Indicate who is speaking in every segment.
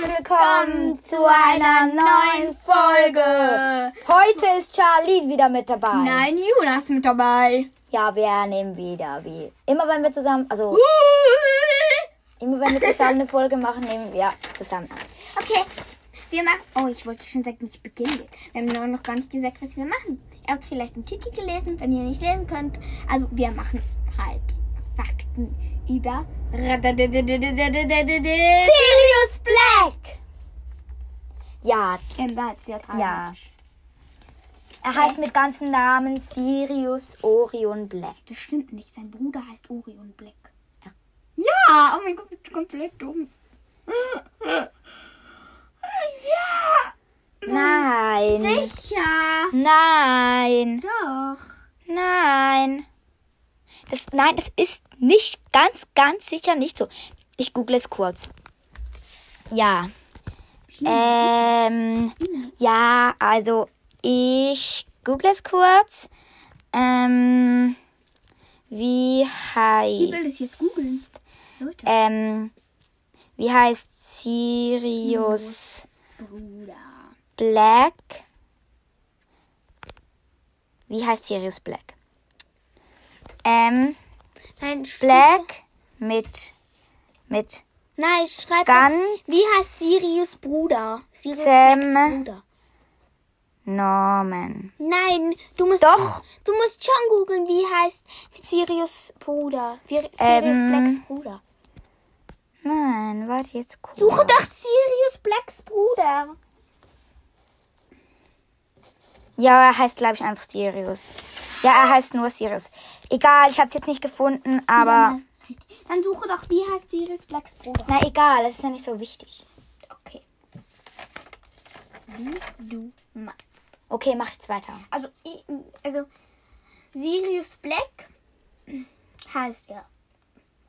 Speaker 1: willkommen zu einer neuen Folge.
Speaker 2: Heute ist Charlene wieder mit dabei.
Speaker 1: Nein, Jonas mit dabei.
Speaker 2: Ja, wir nehmen wieder, wie immer, wenn wir zusammen, also immer, wenn wir zusammen eine Folge machen, nehmen wir zusammen an.
Speaker 3: Okay, wir machen. Oh, ich wollte schon sagen, nicht beginnen. Wir haben nur noch gar nicht gesagt, was wir machen. Ihr habt vielleicht einen Titel gelesen, wenn ihr nicht lesen könnt. Also, wir machen halt Fakten über.
Speaker 1: Äh,
Speaker 2: Sirius Black! Ja,
Speaker 3: Ember hat ja
Speaker 1: Ah,
Speaker 3: drei.
Speaker 2: ja. Er
Speaker 1: Äh.
Speaker 2: heißt mit ganzem Namen Sirius Orion Black.
Speaker 3: Das stimmt nicht. Sein Bruder heißt Orion Black.
Speaker 2: Ja.
Speaker 3: Ja, oh mein Gott, bist du komplett dumm.
Speaker 1: Hm.
Speaker 2: Nein.
Speaker 3: Sicher.
Speaker 2: Nein.
Speaker 3: Doch.
Speaker 2: Nein. Das, nein, es ist nicht ganz, ganz sicher nicht so. Ich google es kurz. Ja. Ähm, ja, also ich google es kurz. Ähm, wie
Speaker 3: Ich will
Speaker 2: heißt,
Speaker 3: das jetzt googeln. Leute,
Speaker 2: ähm, wie heißt Sirius
Speaker 3: Bruder.
Speaker 2: Black? Wie heißt Sirius Black? Ähm,
Speaker 4: Nein,
Speaker 2: Black mit mit
Speaker 4: Nein, schreib
Speaker 2: ganzem
Speaker 4: Wie heißt Sirius Bruder? Sirius Blacks Bruder.
Speaker 2: Norman.
Speaker 4: Nein, du musst
Speaker 2: Doch.
Speaker 4: Du musst schon googeln, wie heißt Sirius Bruder? Wie- Sirius
Speaker 2: Ähm.
Speaker 4: Blacks Bruder.
Speaker 2: Nein, warte jetzt kurz.
Speaker 4: Suche doch Sirius Blacks Bruder.
Speaker 2: Ja, er heißt glaube ich einfach Sirius. Ja, er heißt nur Sirius. Egal, ich habe es jetzt nicht gefunden, aber
Speaker 4: Dann suche doch, wie heißt Sirius Blacks Bruder?
Speaker 2: na egal, es ist ja nicht so wichtig.
Speaker 4: Okay.
Speaker 3: Du machst.
Speaker 2: Okay, mach jetzt weiter.
Speaker 3: Also, ich, also Sirius Black heißt er.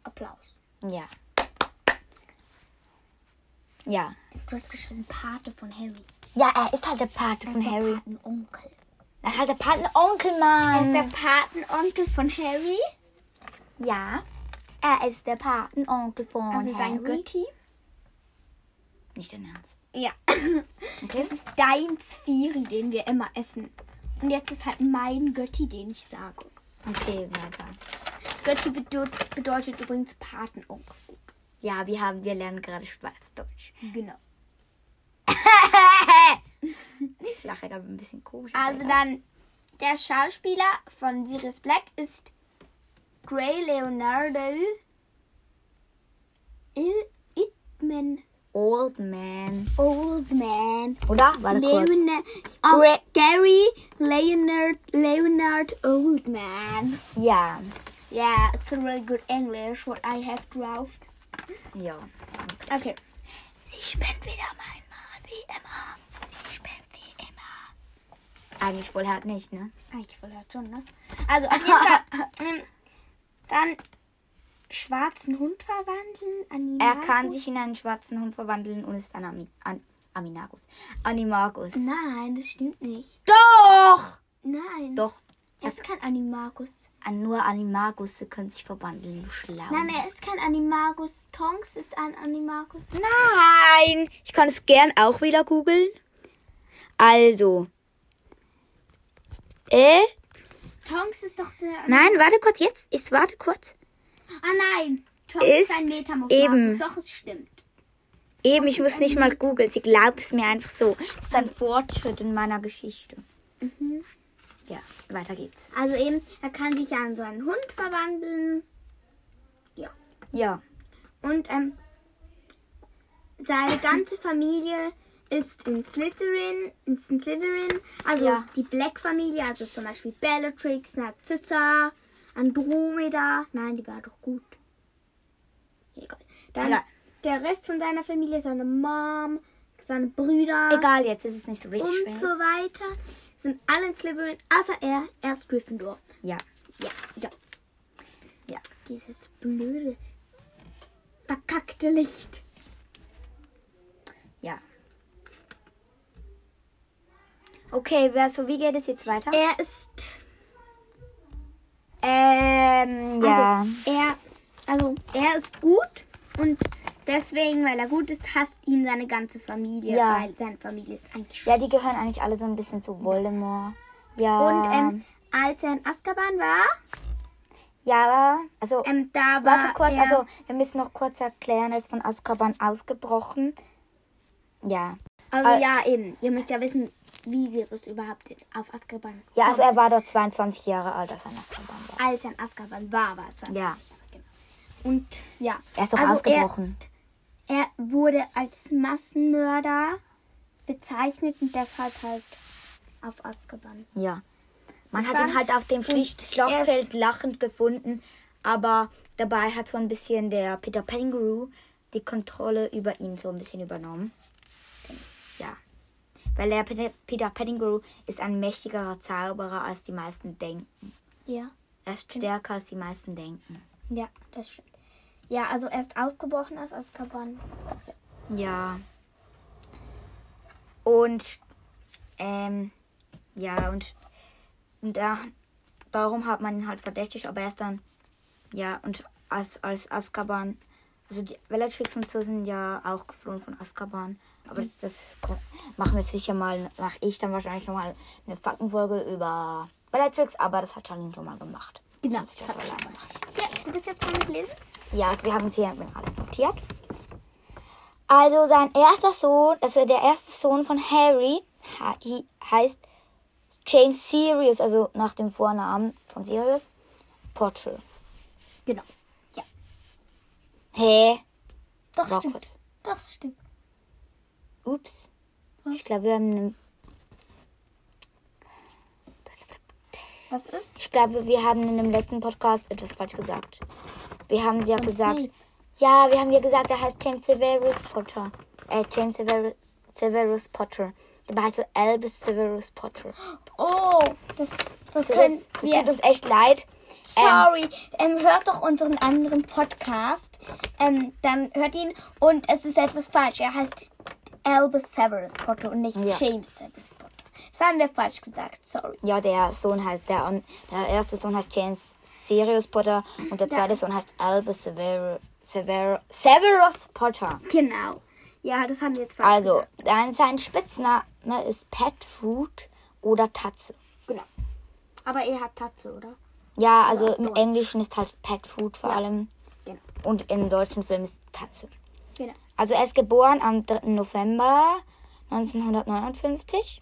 Speaker 3: Applaus.
Speaker 2: Ja. Ja.
Speaker 3: Du hast geschrieben Pate von Harry.
Speaker 2: Ja, er ist halt der Pate von Harry.
Speaker 3: Patenonkel.
Speaker 2: Er ist halt der Patenonkel, Mann.
Speaker 3: Der Patenonkel von Harry.
Speaker 2: ja. Er ist der Patenonkel von
Speaker 3: Also sein
Speaker 2: Harry.
Speaker 3: Götti.
Speaker 2: Nicht dein Ernst.
Speaker 3: Ja.
Speaker 2: Okay.
Speaker 3: Das ist dein Sphiri, den wir immer essen. Und jetzt ist halt mein Götti, den ich sage.
Speaker 2: Okay, weiter.
Speaker 3: Götti bedeutet, bedeutet übrigens Patenonkel.
Speaker 2: Ja, wir haben, wir lernen gerade Schweizerdeutsch.
Speaker 3: Genau.
Speaker 2: Ich lache gerade ein bisschen komisch. aber
Speaker 3: Also
Speaker 2: egal.
Speaker 3: dann, der Schauspieler von Sirius Black ist Gray Leonardo Il Itman
Speaker 2: Old Man.
Speaker 3: Old Man.
Speaker 2: Oder? Warte kurz.
Speaker 3: Leonard, oh,
Speaker 2: Gray-
Speaker 3: Gary Leonard Leonard Old Man.
Speaker 2: Ja.
Speaker 3: Yeah, it's a really good English what I have drauf.
Speaker 2: Ja.
Speaker 3: Okay.
Speaker 2: Sie spendet wieder mein Mal, wie immer. Sie spendet wie immer. Eigentlich wohl halt nicht, ne?
Speaker 3: Eigentlich wohl halt schon, ne? Also auf jeden Fall. ähm, dann schwarzen Hund verwandeln.
Speaker 2: Er
Speaker 3: Animagus.
Speaker 2: kann sich in einen schwarzen Hund verwandeln und ist ein Ami an Aminagus. Animagus.
Speaker 3: Mhm. Nein, das stimmt nicht.
Speaker 2: Doch!
Speaker 3: Nein.
Speaker 2: Doch.
Speaker 3: Er ist kein Animagus.
Speaker 2: An- Nur Animagus können sich verwandeln, du schlau.
Speaker 3: Nein, er ist kein Animagus. Tonks ist ein Animagus.
Speaker 2: Nein! Ich kann es gern auch wieder googeln. Also. Äh?
Speaker 3: Tonks ist doch der.
Speaker 2: Nein, warte kurz, jetzt. Ich warte kurz.
Speaker 3: Ah nein. Tonks
Speaker 2: Ist
Speaker 3: ist ein Metamorph.
Speaker 2: eben.
Speaker 3: Doch, es stimmt.
Speaker 2: Eben, ich muss nicht mal googeln. Sie glaubt es mir einfach so. Es ist ein Fortschritt in meiner Geschichte.
Speaker 3: Mhm.
Speaker 2: Ja, weiter geht's.
Speaker 3: Also eben, er kann sich ja in so einen Hund verwandeln.
Speaker 2: Ja.
Speaker 3: Und ähm, seine ganze Familie ist in Slytherin, ist in Slytherin, also
Speaker 2: Ja.
Speaker 3: die Black-Familie, also zum Beispiel Bellatrix, Narcissa, Andromeda. Nein, die war doch gut. Egal. Dann
Speaker 2: Egal.
Speaker 3: der Rest von seiner Familie, seine Mom, seine Brüder
Speaker 2: Egal, jetzt ist es nicht so wichtig.
Speaker 3: und
Speaker 2: für
Speaker 3: so
Speaker 2: uns.
Speaker 3: weiter sind alle in Slytherin, außer er, er ist Gryffindor.
Speaker 2: Ja.
Speaker 3: Ja, ja.
Speaker 2: Ja.
Speaker 3: Dieses blöde, verkackte Licht.
Speaker 2: Ja. Okay, wer- so wie geht es jetzt weiter?
Speaker 3: Er ist.
Speaker 2: Ähm,
Speaker 3: Also, er, also, er ist also, gut und Deswegen, weil er gut ist, hasst ihn seine ganze Familie.
Speaker 2: Ja.
Speaker 3: Weil seine Familie ist eigentlich
Speaker 2: Ja, die gehören eigentlich alle so ein bisschen zu Voldemort. Ja.
Speaker 3: Und ähm, als er in Azkaban war,
Speaker 2: ja, also
Speaker 3: ähm, da war
Speaker 2: warte kurz,
Speaker 3: er,
Speaker 2: also wir müssen noch kurz erklären, er ist von Azkaban ausgebrochen. Ja.
Speaker 3: also
Speaker 2: al-
Speaker 3: ja eben, ihr müsst ja wissen, wie Sirius überhaupt in- auf Azkaban
Speaker 2: Ja, also
Speaker 3: gekommen
Speaker 2: er war dort 22 Jahre alt, als er in Azkaban war.
Speaker 3: ist. als er in Azkaban war, war er 20
Speaker 2: Ja.
Speaker 3: Jahre genau. Und ja, Also
Speaker 2: Er ist auch ausgebrochen.
Speaker 3: Er, er wurde als Massenmörder bezeichnet und deshalb halt auf Azkaban.
Speaker 2: Ja. Man hat
Speaker 3: Dann-
Speaker 2: ihn halt auf dem Pflicht- Schlachtfeld lachend gefunden, aber dabei hat so ein bisschen der Peter Pettigrew die Kontrolle über ihn so ein bisschen übernommen. Ja. Weil der Peter- Peter Pettigrew ist ein mächtigerer Zauberer, als die meisten denken.
Speaker 3: Ja.
Speaker 2: Er ist stärker, als die meisten denken.
Speaker 3: Ja, das stimmt. Ja, also er ist ausgebrochen aus Azkaban.
Speaker 2: Ja. Und, ähm, ja, und, und da, darum hat man ihn halt verdächtigt, aber er ist dann, ja, und als, als Azkaban, also die Bellatrix und so sind ja auch geflohen von Azkaban, aber das, das ko- machen wir sicher mal, nach ich dann wahrscheinlich nochmal eine Fackenfolge über Bellatrix, aber das hat Charlene schon mal gemacht.
Speaker 3: Genau,
Speaker 2: Das
Speaker 3: das
Speaker 2: hat
Speaker 3: hab ich
Speaker 2: Charlene
Speaker 3: schon
Speaker 2: gemacht.
Speaker 3: Ja, du bist jetzt dran mit Lesen?
Speaker 2: Ja, also wir haben uns hier alles notiert. Also sein erster Sohn, also der erste Sohn von Harry, ha- hi- heißt James Sirius, also nach dem Vornamen von Sirius, Potter.
Speaker 3: Genau.
Speaker 2: Hä?
Speaker 3: Das
Speaker 2: War
Speaker 3: stimmt.
Speaker 2: kurz.
Speaker 3: Das stimmt.
Speaker 2: Ups. Ich glaube, wir haben einen,
Speaker 3: Was ist?
Speaker 2: ich glaube, wir haben in dem letzten Podcast etwas falsch gesagt. Wir haben ja gesagt,
Speaker 3: nicht.
Speaker 2: ja, wir haben ja gesagt, er heißt James Severus Potter. Äh, James Severus, Severus Potter. Dabei heißt er Albus Severus Potter.
Speaker 3: Oh, das, das
Speaker 2: So
Speaker 3: können
Speaker 2: ist- Es
Speaker 3: wir.
Speaker 2: tut uns echt leid.
Speaker 3: Sorry, ähm, hört doch unseren anderen Podcast. Ähm, dann hört ihn. Und es ist etwas falsch. Er heißt Albus Severus Potter und nicht
Speaker 2: Ja.
Speaker 3: James Severus Potter. Das haben wir falsch gesagt. Sorry.
Speaker 2: Ja, der Sohn heißt, der, der erste Sohn heißt James Sirius Potter und der zweite Sohn heißt Albus Severus, Severus, Severus Potter.
Speaker 3: Genau. Ja, das haben wir jetzt falsch
Speaker 2: Also,
Speaker 3: gesagt.
Speaker 2: dann sein Spitzname ist Pet Food oder Tatze.
Speaker 3: Genau. Aber er hat Tatze, oder?
Speaker 2: Ja, also
Speaker 3: auf
Speaker 2: im
Speaker 3: Deutsch.
Speaker 2: Englischen ist halt Pet Food vor allem
Speaker 3: Genau.
Speaker 2: und im deutschen Film ist Tatze.
Speaker 3: Genau.
Speaker 2: Also er ist geboren am 3. November 1959.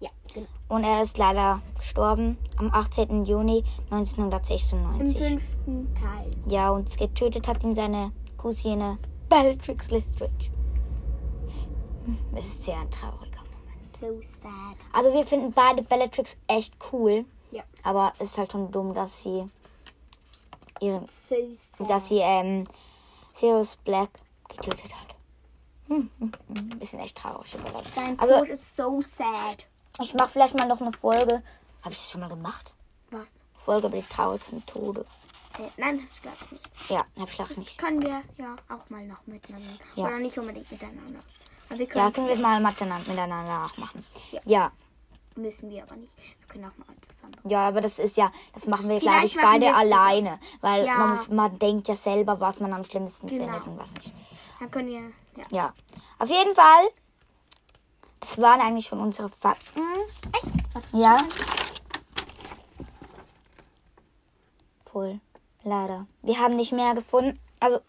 Speaker 3: Ja, genau.
Speaker 2: Und er ist leider gestorben am 18. Juni
Speaker 3: Im
Speaker 2: 1996.
Speaker 3: fünften Teil.
Speaker 2: Ja, und getötet hat ihn seine Cousine Bellatrix Lestridge. Es ist sehr ein trauriger Moment.
Speaker 3: So sad.
Speaker 2: Also wir finden beide Bellatrix echt cool.
Speaker 3: Ja.
Speaker 2: Aber es ist halt schon dumm, dass sie ihren,
Speaker 3: So sad.
Speaker 2: dass sie ähm, Sirius Black getötet hat. Hm, hm, hm. Wir sind echt traurig über das.
Speaker 3: Dein
Speaker 2: Also
Speaker 3: Tod ist so sad.
Speaker 2: ich mache vielleicht mal noch eine Folge. Habe ich das schon mal gemacht?
Speaker 3: Was?
Speaker 2: Folge über die traurigsten Tode.
Speaker 3: Äh, nein, das glaube ich nicht.
Speaker 2: Ja, hab ich auch
Speaker 3: Das
Speaker 2: nicht.
Speaker 3: können wir ja auch mal noch miteinander.
Speaker 2: Ja.
Speaker 3: Oder nicht unbedingt miteinander. Aber wir können,
Speaker 2: Ja, können wir mal miteinander miteinander nachmachen.
Speaker 3: Ja.
Speaker 2: Ja.
Speaker 3: müssen wir aber nicht. Wir können auch mal etwas anderes.
Speaker 2: ja, aber das ist ja, das machen wir, glaube
Speaker 3: Vielleicht
Speaker 2: ich,
Speaker 3: machen
Speaker 2: beide
Speaker 3: wir's zusammen.
Speaker 2: alleine. Weil
Speaker 3: Ja.
Speaker 2: man, muss, man denkt ja selber, was man am schlimmsten
Speaker 3: Genau.
Speaker 2: findet und was nicht.
Speaker 3: Dann können wir, ja.
Speaker 2: Ja. Auf jeden Fall, das waren eigentlich schon unsere Fakten.
Speaker 3: Echt? War das
Speaker 2: Ja.
Speaker 3: schon?
Speaker 2: Wohl, leider. Wir haben nicht mehr gefunden. Also,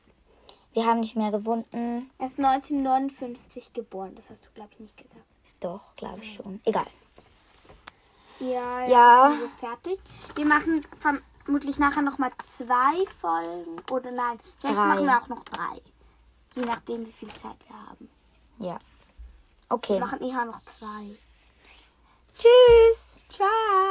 Speaker 2: wir haben nicht mehr gefunden.
Speaker 3: Er ist 1959 geboren. Das hast du, glaube ich, nicht gesagt.
Speaker 2: Doch, glaube ich schon. Egal.
Speaker 3: Ja, jetzt
Speaker 2: Ja.
Speaker 3: sind wir fertig. Wir machen vermutlich nachher nochmal zwei Folgen. Oder nein, vielleicht
Speaker 2: Drei.
Speaker 3: machen wir auch noch drei. Je nachdem, wie viel Zeit wir haben.
Speaker 2: Ja.
Speaker 3: Wir
Speaker 2: Okay.
Speaker 3: machen eher noch zwei.
Speaker 2: Tschüss.
Speaker 3: Ciao.